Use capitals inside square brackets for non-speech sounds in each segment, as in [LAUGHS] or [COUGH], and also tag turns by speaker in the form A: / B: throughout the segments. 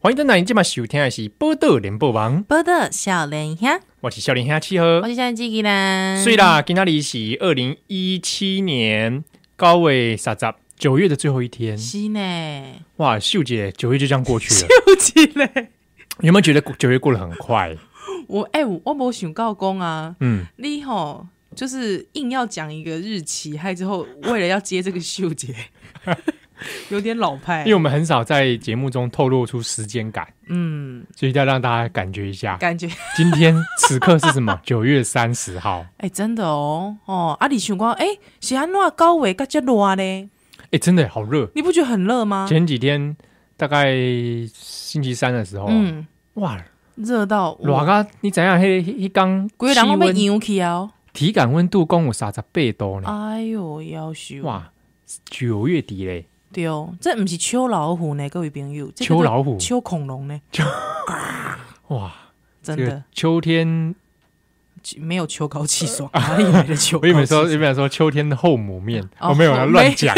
A: 欢迎登来，今晚收听的是《波豆联播网》，
B: 波的小莲香，
A: 我是少年兄七和
B: 我。是小机器人。
A: 所以，啦，今天里是二零一七年高位啥杂九月的最后一天，
B: 是呢，
A: 哇，秀姐九月就这样过去了，
B: 不起嘞。
A: 有没有觉得九月过得很快？
B: 我哎、我我没想告公啊，
A: 嗯，
B: 你吼就是硬要讲一个日期，还之后为了要接这个秀节，
A: [LAUGHS]
B: 有点老派
A: 因为。我们很少在节目中透露出时间感，
B: 嗯，
A: 所以一定要让大家感觉一下，
B: 感觉
A: 今天此刻是什么？九月三十号，
B: 哎、真的哦哦，啊，你想讲哎、是安怎高纬噶遮热呢？
A: 哎、真的好热。
B: 你不觉得很热吗？
A: 前几天大概星期三的时候，嗯，
B: 嗯，
A: 哇，
B: 热到
A: 热
B: 我，
A: 啊！你怎样？黑一缸
B: 规个人拢要扭起啊！
A: 体感温度讲有三十八度呢，
B: 哎呦，夭寿！
A: 哇，九月底嘞，
B: 对哦，这不是秋老虎呢，各位朋友，这叫
A: 秋
B: 做
A: 老虎，
B: 秋恐龙呢，
A: 哇，
B: 真
A: 这
B: 的
A: 个、秋天，
B: 没有秋高
A: [LAUGHS]
B: 气爽，哪里来的秋
A: 我
B: 高气爽？
A: 以为说，原本说秋天的后母面，
B: 哦
A: 我没有要乱
B: [LAUGHS]
A: 讲，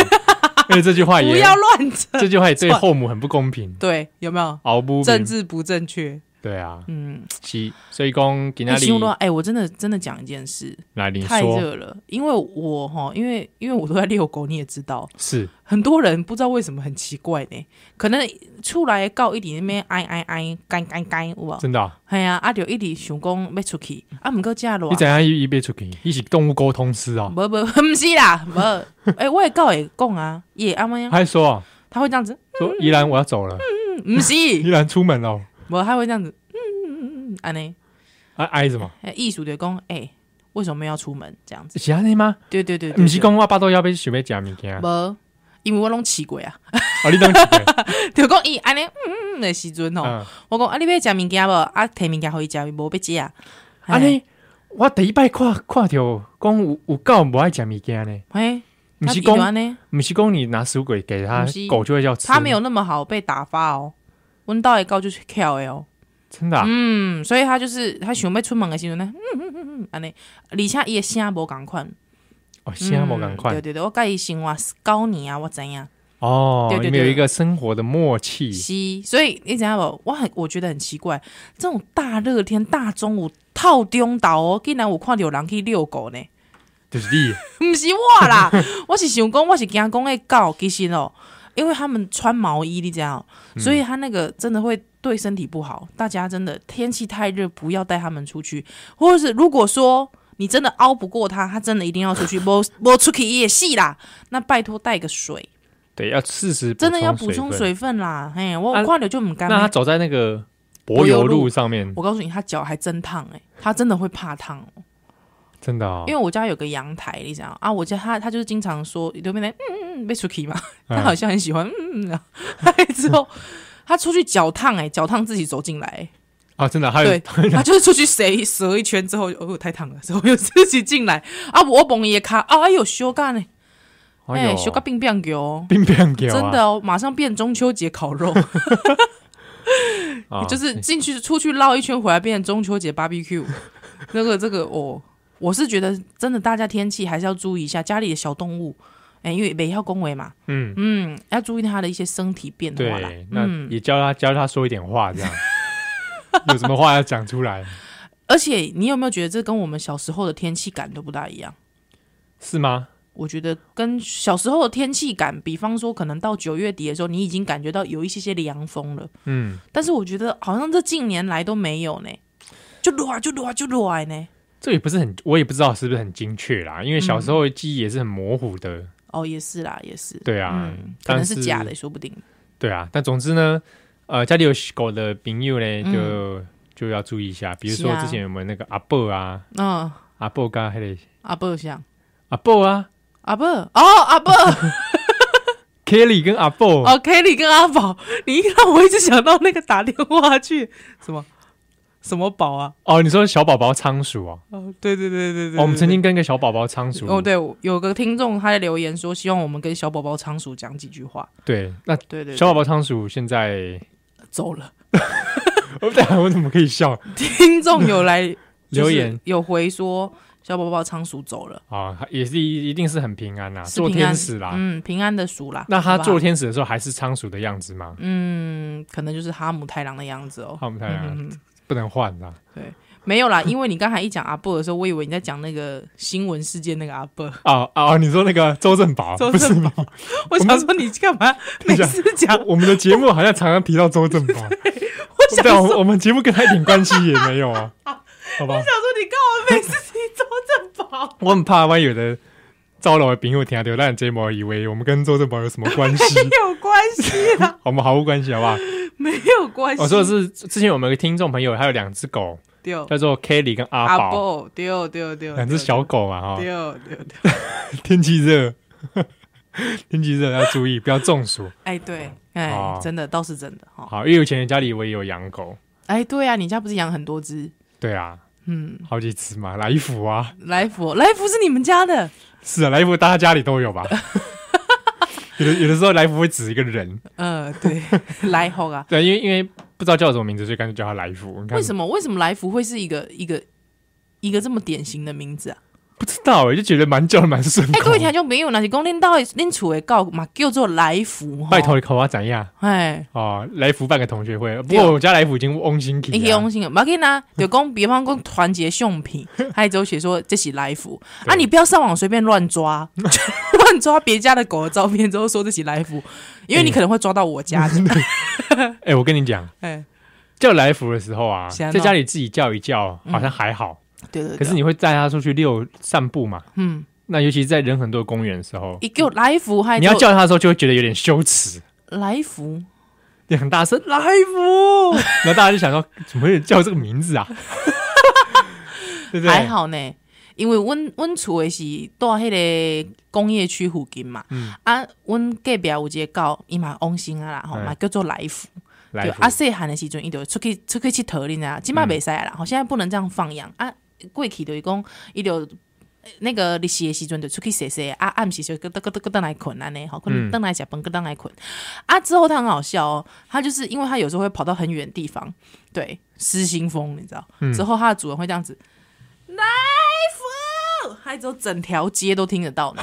A: 因为这句话
B: 不
A: 也
B: 要乱扯，
A: 这句话也对后母很不公平，
B: [LAUGHS] 对，有没有
A: 熬不
B: 政
A: 平，
B: 治不正确？
A: 对啊，
B: 嗯，
A: 是，所以讲给那
B: 哎
A: 里
B: 形容哎，我真的真的讲一件事，
A: 来你
B: 太
A: 说
B: 热了，因为我哈，因为因为我都在遛狗，你也知道，
A: 是
B: 很多人不知道为什么很奇怪呢，可能出来到一点那边哎哎哎，干干干，有无？
A: 真的啊，
B: 系啊，啊就一直想讲要出去，啊毋过遮热
A: 你。怎样一一被出去，一起动物沟通师啊，
B: 不不，不是啦，不，
A: [LAUGHS]
B: 哎、我也告也讲啊，也阿妈呀，
A: 还说啊
B: 他会这样子，
A: 说依兰我要走了，
B: 嗯，不是，
A: 依兰出门了，
B: 不，他会这样子，嗯嗯嗯，安尼，
A: 啊挨什么？
B: 哎艺术的讲，哎、为什么要出门这样子？
A: 是安尼吗？
B: 对对对对
A: 不是讲我巴肚要被想要食物件，啊哦
B: 不，因为我拢试过啊， [LAUGHS]
A: 你当几个？
B: 就讲伊安尼，嗯嗯嗯的时阵吼、
A: 嗯
B: 我讲啊，你要食物件无？啊，摕物件互伊食，伊无要食啊，
A: 安尼，我第一摆看看着讲有有狗无爱食物件呢，
B: 嘿，
A: 毋
B: 他
A: 是
B: 伊就
A: 讲
B: 安尼，
A: 毋是讲你拿食物鬼给它
B: 不是，
A: 狗就会要吃。
B: 他没有那么好被打发哦，温到一高就去跳的哦。
A: 真的啊，
B: 嗯，所以他就是他想要出门的时阵呢，嗯嗯嗯嗯，安尼，而且伊的声无共款，
A: 哦，现在无赶
B: 嗯对
A: 快
B: 对对，我甲伊生活九年啊，我知影
A: 哦
B: 对，对
A: 你们有
B: 对
A: 一个生活的默契，
B: 是，所以你知影无？我很我觉得很奇怪，这种大热天大中午透中岛哦，竟然有看到有人去遛狗呢， [LAUGHS]
A: 就是你
B: 毋是我 [LAUGHS] 啦，我是想讲，我是惊讲诶狗其实哦，因为他们穿毛衣，你知道，所以他那个真的会。对身体不好，大家真的天气太热，不要带他们出去。或者是如果说你真的熬不过他，他真的一定要出 [LAUGHS] 去，不不出去也是啦。那拜托带个水，
A: 对，要适时
B: 真的要补充
A: 分。
B: 水分啦。嘿，我
A: 啊
B: 我看了就很干。
A: 那他走在那个柏油路上面，
B: 我告诉你，他脚还真烫哎、他真的会怕烫、哦。
A: 真的啊
B: 因，为我家有个阳台，你想啊，我家他他就是经常说刘边来，嗯嗯，被 Suki 嘛，他好像很喜欢，嗯嗯，然后之后他出去脚烫哎，脚烫自己走进来、欸
A: 啊，真的啊，还有
B: 对，他就是出去谁折一圈之后，哦太烫了， [LAUGHS] 之后又自己进来啊，我崩也卡啊，哎呦修干呢，哎修干病病狗。
A: 冰啊冰给
B: 真的哦，马上变中秋节烤肉，
A: 啊，
B: 就是进去出去绕一圈回来变成中秋节 BBQ。那 [LAUGHS] 个这个哦，我是觉得真的，大家天气还是要注意一下家里的小动物，哎、因为每要恭维嘛，
A: 嗯，
B: 嗯，要注意它的一些身体变化啦
A: 对，。那
B: 嗯，
A: 也教他教他说一点话，
B: [LAUGHS]
A: 这样有什么话要讲出来
B: 而且你有没有觉得这跟我们小时候的天气感都不大一样？
A: 是吗？
B: 我觉得跟小时候的天气感，比方说可能到九月底的时候，你已经感觉到有一些些凉风了，
A: 嗯，
B: 但是我觉得好像这近年来都没有呢，就热啊就热啊就热啊呢。
A: 这也不是很，我也不知道是不是很精确啦，因为小时候
B: 嗯
A: 的记忆也是很模糊的。
B: 哦，也是啦，也是，
A: 对啊，
B: 嗯，可
A: 但
B: 能是假的，。说不定。
A: 对啊，但总之呢，呃，家里有狗的朋友呢，
B: 嗯
A: 就就要注意一下，比如
B: 是
A: 说
B: 啊
A: 之前我们那个阿伯啊，
B: 嗯，
A: 阿伯跟还得
B: 阿伯像
A: 阿伯啊
B: 阿伯哦，阿伯
A: ，Kelly 跟阿伯
B: 哦，Kelly 跟阿宝， [LAUGHS] 你一让我一直想到那个打电话去什么什么宝啊？
A: 哦，你说小宝宝仓鼠哦，
B: 哦，对对对对对，
A: 哦我们曾
B: 对
A: 经跟一个小宝宝仓鼠，
B: 哦，对，我有个听众他在留言说，希望我们跟小宝宝仓鼠讲几句话。
A: 对，那
B: 对对对
A: 小宝宝仓鼠现在， [LAUGHS]
B: 走了，
A: 我不知道我怎么可以笑？ [LAUGHS]
B: 听众有来就是
A: 留言
B: 有回说。小宝宝仓鼠走了，
A: 啊，也是一一定是很平安啦，啊
B: 是
A: 做
B: 平安
A: 天使啦。
B: 嗯，平安的鼠啦。
A: 那他
B: 好不好
A: 做天使的时候还是仓鼠的样子吗？
B: 嗯，可能就是哈姆太郎的样子哦。
A: 好，我哎们看啊看，
B: 嗯嗯嗯
A: 不能换啊啦。[LAUGHS]
B: 没有啦，因为你刚才一讲阿伯的时候，我以为你在讲那个新闻事件那个阿
A: [LAUGHS]
B: 伯。
A: 哦哦，你说那个周正宝，啊
B: 周
A: 不是
B: 正宝，我想说你干
A: [LAUGHS]
B: 嘛每次 [LAUGHS] 讲？
A: 我们的节目好像常常提到周正宝，
B: [LAUGHS] 我想
A: 对，啊我
B: 说，
A: 们我们节目跟他一点关系也没有
B: [LAUGHS]
A: 啊，好吧
B: 我？想说你干嘛每次提周正宝？
A: 我很怕万一有的招了朋友听到，让节目以为我们跟周正宝有什么关系，
B: [LAUGHS] 没有关系
A: [LAUGHS]
B: 啦，
A: 我们毫无关系，好不好？
B: 没有关系。
A: 我说的是之前我们有个听众朋友，他有两只狗，
B: 丢
A: 叫做 Kelly 跟阿
B: 阿
A: 宝，
B: 伯丢丢丢，
A: 两只小狗啊嘛哈，
B: 丢丢丢。
A: 天气热， [LAUGHS] 天气热要注意，不要中暑。
B: 哎，对，哎
A: 哦，
B: 真的倒是真的哈。
A: 好，因为以前家里我也有养狗，
B: 哎，对啊，你家不是养很多只？
A: 对啊，
B: 嗯，
A: 好几只嘛，来福啊，
B: 来福，来福是你们家的
A: 是啊，来福大家家里都
B: [LAUGHS]
A: 有吧？有的有的时候来福会指一个人，
B: 呃，
A: [LAUGHS]
B: 对，来福啊。
A: 对，因为因为不知道叫什么名字，所以干脆叫他来福。你看
B: 为什么？为什么来福会是一个一个一个这么典型的名字啊？
A: 不知道哎、就觉得蛮叫的蛮顺口
B: 哎，。各位听众朋友，那是讲恁到恁厝的狗嘛，叫做来福哈。
A: 拜，托你口啊怎样？
B: 哎，
A: 哦，来福办个同学
B: 啊
A: 会，不过我家来福已经翁心
B: 一
A: 体
B: 些
A: 啊
B: 用，心，不要紧啊，就讲比方讲团结
A: [LAUGHS]
B: 用品，还有就写说这是来福啊，
A: 对
B: 你不要上网随便
A: [LAUGHS]
B: 乱抓，乱抓别家的狗的照片之后说这是来福，因为你可能会抓到我家的。
A: 哎、我跟你讲，
B: 哎，
A: 叫来福的时候啊，
B: 是啊
A: 在家里自己叫一叫好像还好，
B: 对嗯对对，啊
A: 可是你会带它出去遛散步嘛？
B: 嗯，
A: 那尤其在人很多的公园的时候，
B: 一个来福还
A: 你要叫它的时候就会觉得有点羞耻，
B: 来福，
A: 你很大声来福， [LAUGHS] 然后大家就想说怎么会有人叫这个名字啊？ [LAUGHS] 对不对？
B: 还好呢。因为阮阮厝的是住迄个工业区附近嘛，
A: 嗯
B: 啊，阮隔壁有一个狗，伊嘛汪星啊啦，吼
A: 哎
B: 嘛叫做来福，
A: 来
B: 对
A: 福
B: 啊，细汉的时阵，伊就出去出去佚佗哩呐，即摆袂使啦，吼、现在不能这样放养啊。过去就是讲，伊就呃那个日时的时阵就出去踅踅啊，暗时就咯咯咯咯噔来困安尼，吼，可能
A: 嗯
B: 登来食饭，咯噔来困。啊，之后他很好笑哦，他就是因为他有时候会跑到很远的地方，对，失心疯，你知道？
A: 嗯
B: 之后他的主人会这样子，来福，还之后整条街都听得到呢。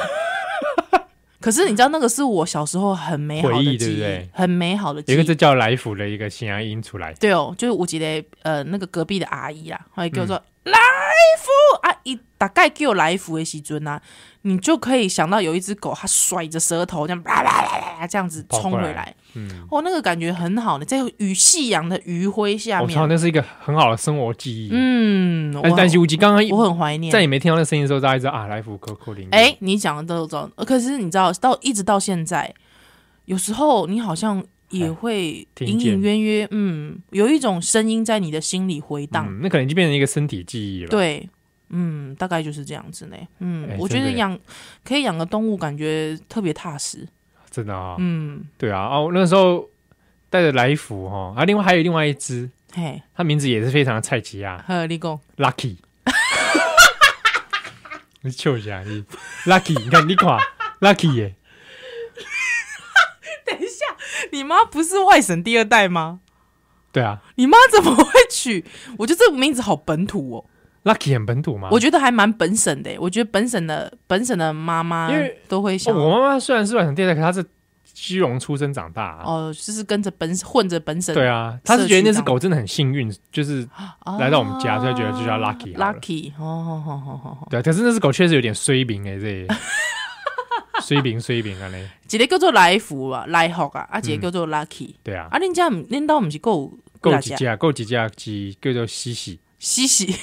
B: 可是你知道那个是我小时候很美好
A: 回
B: 的
A: 忆
B: 记
A: 对
B: 忆，
A: 不对
B: 很美好的记
A: 有一
B: 忆
A: 个。这叫来福的一个形象音出来，
B: 对哦，就是有一个呃那个隔壁的阿姨啦，后来叫我说、
A: 嗯
B: 来福啊，一大概叫来福的时阵啊，你就可以想到有一只狗，它甩着舌头这样啦啦啦啦这样子
A: 跑
B: 冲
A: 过
B: 回
A: 来
B: 来，
A: 嗯，
B: 哦，那个感觉很好呢，在雨夕阳的余晖下
A: 我操，
B: 面，
A: 那是一个很好的生活记忆。
B: 嗯，我
A: 但但是无极刚刚一
B: 我很怀念
A: 在。你没听到那声音的时候，大家知道啊，来福 Coco 零，
B: 哎、，你讲的都懂，呃可是你知道，到一直到现在，有时候你好像也
A: 哎
B: 会
A: 听
B: 隐隐
A: 见
B: 约约，嗯，有一种声音在你的心里回荡。
A: 嗯，那可能已经变成一个身体记忆了。，
B: 对，嗯，大概就是这样子呢。嗯，
A: 哎
B: 我觉
A: 真的
B: 得
A: 耶
B: 养可以养个动物，感觉特别踏实。
A: 真的啊，
B: 嗯，
A: 对啊，哦，那时候带着来福哈，啊，另外还有另外一只，
B: 嘿，
A: 它名字也是非常的菜啊奇亚
B: 呵，立功，
A: Lucky，你笑一下你 Lucky，你看你看 Lucky 耶、
B: [LAUGHS] 你妈不是外省第二代吗？
A: 对啊
B: 你妈怎么会取？我觉得这个名字好本土哦，
A: ，Lucky 很本土嘛。
B: 我觉得还蛮本省的耶。欸我觉得本省的本省的妈妈
A: 因为
B: 都会
A: 哦、
B: 想。
A: 我妈妈虽然是外省电台，可她是基隆出生长大、啊。
B: 哦，就是跟着本混着本省，
A: 对啊，她是觉得那只
B: 社区长
A: 狗真的很幸运，就是
B: 啊
A: 来到我们家所以觉得就叫 Lucky 好了
B: lucky，哦哦哦哦哦哦，
A: 对啊，可是那只狗确实有点衰名哎、欸，这衰名衰名啊嘞，
B: 一个叫做来福啊，来福啊，啊，一个
A: 嗯
B: 叫做 lucky，
A: 对啊，
B: 啊，恁家唔恁家唔是够
A: 够几架，够几架鸡叫做西西，
B: 西西，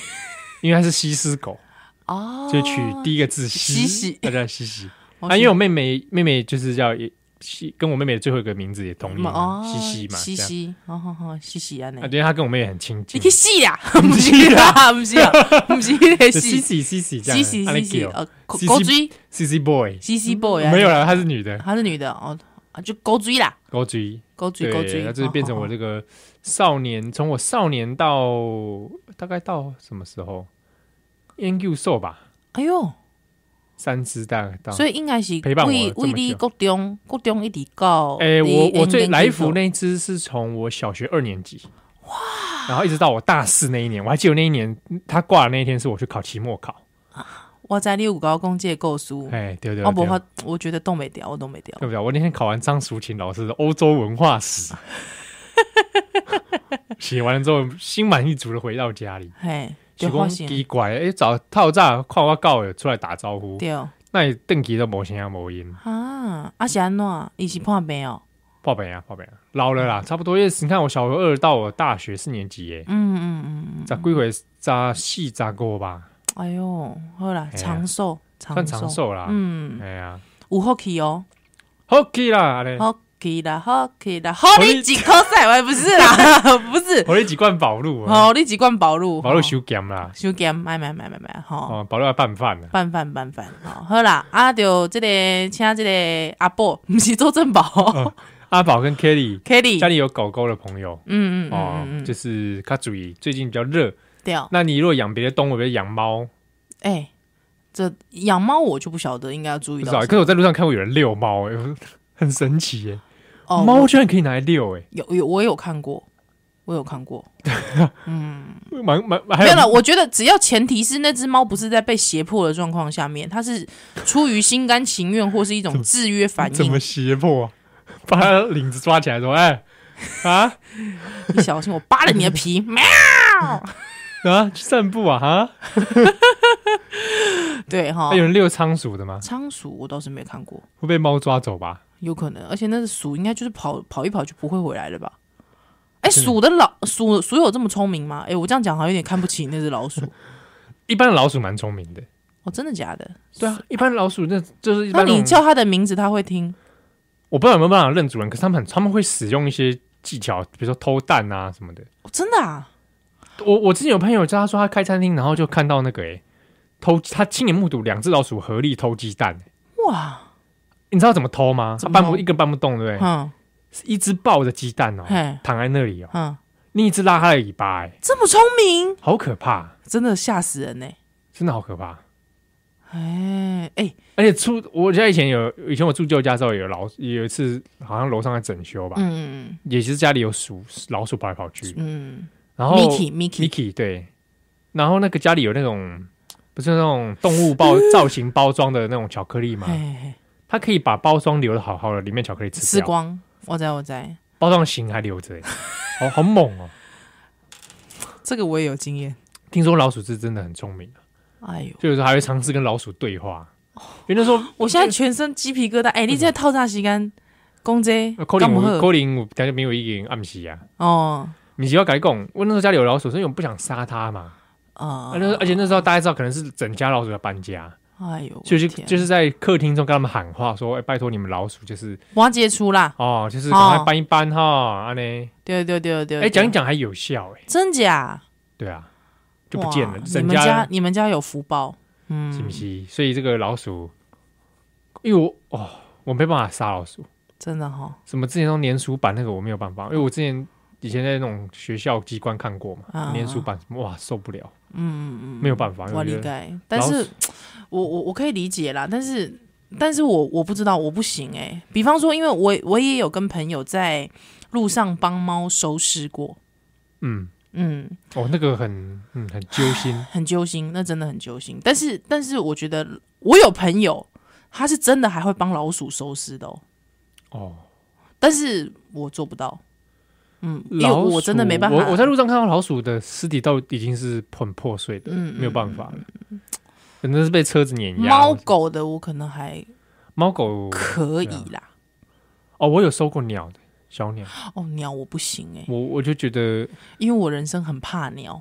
A: 因为它是西施狗，
B: 哦，
A: 就取第一个字西，
B: 西西
A: 它叫西西
B: 哦
A: 啊。因为我妹妹妹妹就是叫也西，跟我妹妹的最后一个名字也同音、
B: 哦
A: 啊，，西西嘛，
B: 西
A: 这样
B: 西，好好好，西西哦安
A: 啊，
B: 尼，
A: 对，她跟我妹也很亲
B: 你
A: 近
B: 去，死
A: [LAUGHS]
B: 啦，不是啦， [LAUGHS] 不是啦，不是那个
A: 就西
B: 西
A: 西西西这
B: 西
A: 样，
B: 西
A: 啊那
B: 西西，
A: 叫
B: 呃，狗
A: 西西
B: 狗追
A: 西西 boy，
B: 西西 boy 啊
A: 没有
B: 了，
A: 啦，她是女的，
B: 她是女的哦，啊，就狗追啦，
A: 高追，
B: 狗追狗
A: 对，
B: 追，哦
A: 那就是变成我这个少年，从我少年到大概到什么时候？研究兽吧，
B: 哎呦，
A: 三只大概到。
B: 所以应该是
A: 陪伴我
B: 为
A: 这么
B: 为
A: 久
B: 你国中国中一直到
A: 哎、我我最来福
B: 呢，
A: 那一只是从我小学二年级，哇，然后一直到我大四那一年，我还记得那一年他挂的那一天是我去考期末考，
B: 我知你有跟我讲这个故事，
A: 哎，对对
B: 我无
A: 对，
B: 法，我觉得冻袂掉，我冻袂掉。
A: 对不对？我那天考完张淑琴老师的欧洲文化史，写完了之后心满意足的回到家里，
B: 嘿，
A: 就
B: 就
A: 讲
B: 发现
A: 奇怪，哎，早套炸看我告了出来打招呼，
B: 对
A: 那你邓奇都无声无音，
B: 啊，啊是安怎？伊是破病哦。
A: 报备啊报备啊，老了啦，差不多，因为你看我小学二到我大学四年级耶，
B: 嗯嗯嗯嗯，
A: 咋几回咋四咋过吧，
B: 哎哟，好啦，
A: 哎呀
B: 长寿，
A: 算长
B: 寿，
A: 寿啦，
B: 嗯，
A: 哎呀，
B: 有福气哦，
A: 好气啦，嘞，
B: 福气啦，福气啦，好你几口塞，喂，不是
A: [LAUGHS]
B: 啦， [LAUGHS] 不是，
A: 我那几罐宝路啊，
B: 好你几罐宝路，
A: 宝路
B: 吼
A: 修咸啦，
B: 收咸，买买买买买，吼，
A: 哦，宝路要拌饭啦。
B: 拌饭拌饭，吼，好啦，啊，就这个请这个阿伯，不是周正
A: 哦
B: [LAUGHS] 宝
A: 阿宝跟 Kelly
B: ，Kitty，
A: 家里有狗狗的朋友
B: 嗯嗯嗯嗯
A: 哦，
B: 嗯嗯，
A: 就是他注意最近比较热。
B: 对哦，
A: 那你如果养别的动物，比如养猫，
B: 哎、这养猫我就不晓得，应该要注
A: 不
B: 意
A: 知
B: 到
A: 道。可
B: 什么。
A: 是我在路上看过有人遛猫，哎，我很神奇耶！
B: 哦，
A: 猫
B: 我
A: 居然可以拿来遛，哎，
B: 有有我有看过，我有看过。
A: 蛮蛮还
B: 没有
A: 有
B: 了，我觉得只要前提是那只猫不是在被胁迫的状况下面，它是出于心甘情愿或是一种制约
A: [LAUGHS]
B: 反
A: 怎么
B: 应。
A: 胁迫啊？把他领子抓起来说，哎啊
B: 你小心，我扒了你的
A: [LAUGHS]
B: 皮！喵。
A: 啊，去散步啊哈！
B: 对哈
A: 还，有人遛仓鼠的吗？
B: 仓鼠我倒是没看过，
A: 会被猫抓走吧？
B: 有可能，而且那只鼠应该就是跑跑一跑就不会回来了吧？哎，
A: 真的
B: 鼠的老鼠鼠有这么聪明吗？哎，我这样讲好像有点看不起那只
A: [LAUGHS]
B: 老鼠。
A: 一般的老鼠蛮聪明的，
B: 哦，真的假的？
A: 对啊，一般老鼠那就是一
B: 那
A: 般
B: 你
A: 种
B: 叫它的名字，它会听？
A: 我不知道有没有办法认主人，可是他们很他们会使用一些技巧，比如说偷蛋啊什么的。
B: 哦真的啊？
A: 我我之前有朋友叫他说他开餐厅，然后就看到那个诶、哎偷他亲眼目睹两只老鼠合力偷鸡蛋、哎
B: 哇，
A: 你知道怎么偷吗？
B: 怎么
A: 他搬不
B: 偷
A: 一个搬不动，对不对？
B: 嗯
A: 是一只抱着鸡蛋哦、
B: 嘿
A: 躺在那里哦、
B: 嗯，
A: 另一只拉他的尾巴、哎诶，
B: 这么聪明，
A: 好可怕，
B: 真的吓死人呢、
A: 真的好可怕。
B: 哎哎
A: 而且出我家以前有以前我住舅家的时候有老有一次好像楼上在整修吧，
B: 嗯
A: 也是家里有鼠老鼠跑来跑去，
B: 嗯
A: 然后
B: Mickey Mickey，
A: Mickey 对，然后那个家里有那种不是那种动物包造型包装的那种巧克力吗？
B: 哎，
A: 它可以把包装留的好好的，里面巧克力吃
B: 吃
A: 掉，
B: 光，我在我在，
A: 包装型还留着欸，好好猛哦！
B: 这个我也有经验。
A: 听说老鼠是真的很聪明，
B: 哎呦，
A: 就有时候还会尝试跟老鼠对话。因为那时候
B: 哦我现在全身鸡皮疙瘩。哎，你这套炸时间，讲这
A: 呃扣
B: 干
A: 零
B: 不
A: 我
B: 好
A: 扣零，我感觉没有一点暗示啊。
B: 哦
A: 米奇要改供，我那时候家里有老鼠，所以我们不想杀它嘛。
B: 啊
A: 而且、呃而且那时候大家知道，可能是整家老鼠要搬家，
B: 哎呦，
A: 所以就
B: 我的天
A: 就是在客厅中跟他们喊话说：“哎、拜托你们老鼠，就是
B: 瓦解出啦，
A: 哦，就是
B: 哦
A: 赶快搬一搬哈，啊呢。
B: 对对对对。
A: 哎，讲一
B: 讲，
A: 讲还有效哎、
B: 真假
A: 对啊，就不见了，
B: 哇你
A: 整
B: 们家你们家有福报，嗯，
A: 是不是？所以这个老鼠，因为我哦，我没办法杀老鼠，
B: 真的哈
A: 什么之前都年鼠版那个我没有办法，因为我之前以前在那种学校机关看过嘛，
B: 啊
A: 年鼠版哇受不了，嗯嗯嗯，没有办法，
B: 我
A: 因为
B: 理
A: 我觉得
B: 解，但
A: 老
B: 是
A: 鼠
B: 我我我可以理解啦，但是但是我我不知道，我不行哎、比方说，因为我我也有跟朋友在路上帮猫收尸过，
A: 嗯，
B: 嗯，，
A: 哦那个很嗯很揪心
B: 很揪心，那真的很揪心。但是但是我觉得我有朋友，他是真的还会帮老鼠收尸的哦，
A: 哦，
B: 但是我做不到，嗯，因为
A: 老
B: 我真的没办法，
A: 我我在路上看到老鼠的尸体都已经是很破碎的，
B: 嗯嗯嗯
A: 没有办法了，可能是被车子碾压，
B: 猫狗的我可能还
A: 猫狗
B: 可以
A: 对啊
B: 啦，
A: 哦，我有收过鸟的小鸟，
B: 哦鸟我不行哎、
A: 我我就觉得，
B: 因为我人生很怕鸟。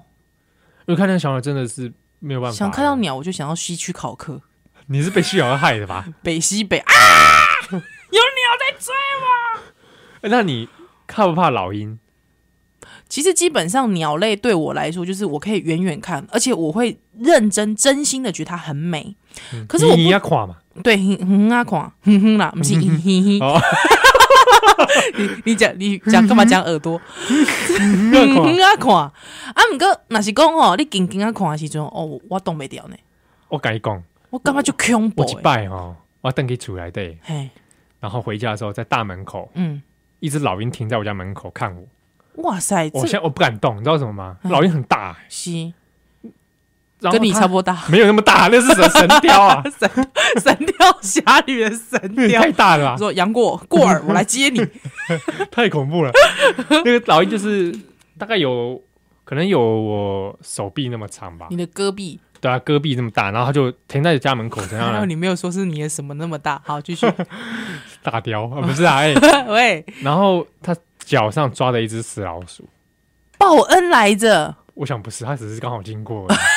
A: 因为看那个小鸟真的是没有办法，
B: 想看到鸟，我就想要西区考克，
A: 你是被小鸟害的吧？ [LAUGHS]
B: 北西北啊，有鸟在追。
A: 欸那你怕不怕老鹰？
B: 其实基本上鸟类对我来说，就是我可以远远看，而且我会认真、真心的觉得它很美。可是我
A: 嗯你
B: 不
A: 要垮
B: [LAUGHS]
A: 嘛？
B: 对，哼哼啊狂，哼哼啦， [LAUGHS] 不是哼哼
A: 哦
B: 哼。你你讲你讲干嘛讲耳朵？
A: 你要垮
B: 哼哼？啊狂啊！毋过若是讲吼，你紧紧啊看的时阵，哦，我我挡袂掉呢，
A: 我跟你讲，
B: 我感觉就恐怖
A: 我一
B: 的。
A: 拜哦，我要登去出来对，
B: 嘿，
A: 然后回家的时候在大门口，
B: 嗯，
A: 一只老鹰停在我家门口看我，
B: 哇塞，
A: 我
B: 这
A: 现在我不敢动，你知道为什么吗？
B: 嗯
A: 老鹰很大欸，
B: 是
A: 然后
B: 嗯跟你
A: 它
B: 差不多 [LAUGHS] 大。
A: 没有那么大，那是神神雕啊，
B: 神神雕侠侣的 [LAUGHS] 神
A: 那也
B: 雕
A: 太，大了吧，
B: [LAUGHS] 说杨过过儿，我来接你。
A: 太恐怖
B: [LAUGHS]
A: 了。那个老鹰就是大概有可能有我手臂那么长吧
B: 你，的戈壁，
A: 对啊，胳臂这么大，然后它就停在家门
B: [LAUGHS]
A: 口，这
B: 然后
A: 样
B: 你没有说是你的什么那么大。 [LAUGHS] 好，继续。
A: 大雕啊，不是啊，哎、
B: 喂，
A: 然后它脚上抓着一只死老鼠，
B: 报恩来着，
A: 我想不是，它只是刚好经过而已。 [LAUGHS]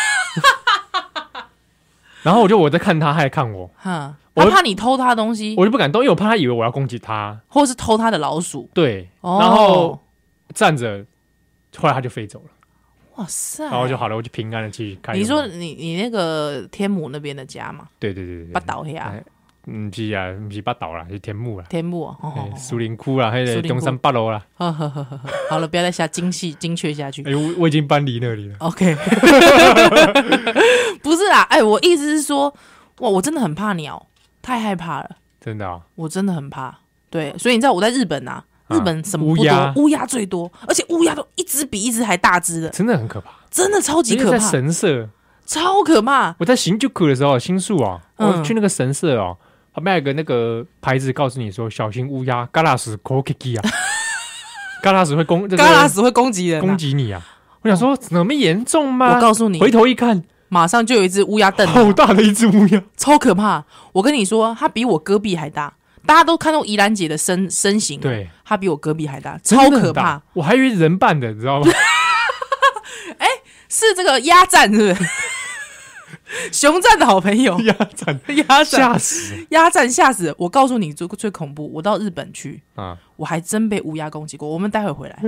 A: 然后我就我在看它，它在看我，
B: 哈，
A: 我
B: 他怕你偷他东西，
A: 我就不敢动，因为我怕它以为我要攻击它。
B: 或是偷他的老鼠。
A: 对，
B: 哦
A: 然后站着，后来它就飞走了，
B: 哇塞，
A: 然后我就好了，我就平安的去开。
B: 啊你说你你那个天母那边的家嘛，
A: 对对对对，
B: 八岛黑啊，
A: 哎嗯，不是啊，不是八岛啦，是天幕啦，
B: 天母啊，哦
A: 哎苏林窟啦，还
B: 苏
A: 有
B: 林窟
A: 中山八楼啦。
B: 呵呵呵呵呵，哦好了，不要再下精细 [LAUGHS] 精确下去。
A: 哎，我我已经搬离那里了。
B: [LAUGHS] OK，不是啦，哎、我意思是说，哇，我真的很怕鸟，太害怕了，
A: 真的啊，
B: 我真的很怕。对，所以你知道我在日本啊，
A: 啊
B: 日本什么不
A: 乌
B: 多，
A: 鸦
B: 乌鸦最多，而且乌鸦都一只比一只还大只的，
A: 真的很可怕，
B: 真的超级
A: 因为
B: 可
A: 在
B: 怕，
A: 神社，
B: 超可怕。
A: 我在新宿的时候，新宿哦，
B: 嗯
A: 我去那个神社哦，旁边有个那个牌子告诉你说小心乌鸦，嘎拉斯 k o k i
B: [LAUGHS]
A: k i 啊，嘎拉斯会攻，这个
B: 嘎拉斯会攻击人、
A: 攻
B: 啊，
A: 击你啊！我想说，怎么严重吗
B: 我？告诉你，
A: 回头一看，
B: 马上就有一只乌鸦瞪你，
A: 好大的一只乌鸦，
B: 超可怕。我跟你说，它比我戈壁还大。大家都看到宜兰姐的身身形，，
A: 对，
B: 它比我戈壁还大，
A: 真
B: 超
A: 的很
B: 可怕
A: 大。，我还以为人扮的，你知道
B: [LAUGHS]
A: 吗？，
B: 是这个鸭战是不是？ [LAUGHS] 熊战的好朋友
A: 鸭展
B: 鸭战
A: 吓死
B: 鸭战吓死我！我告诉你，最最恐怖，我到日本去，
A: 啊！
B: 我还真被乌鸦攻击过。我们待会回来，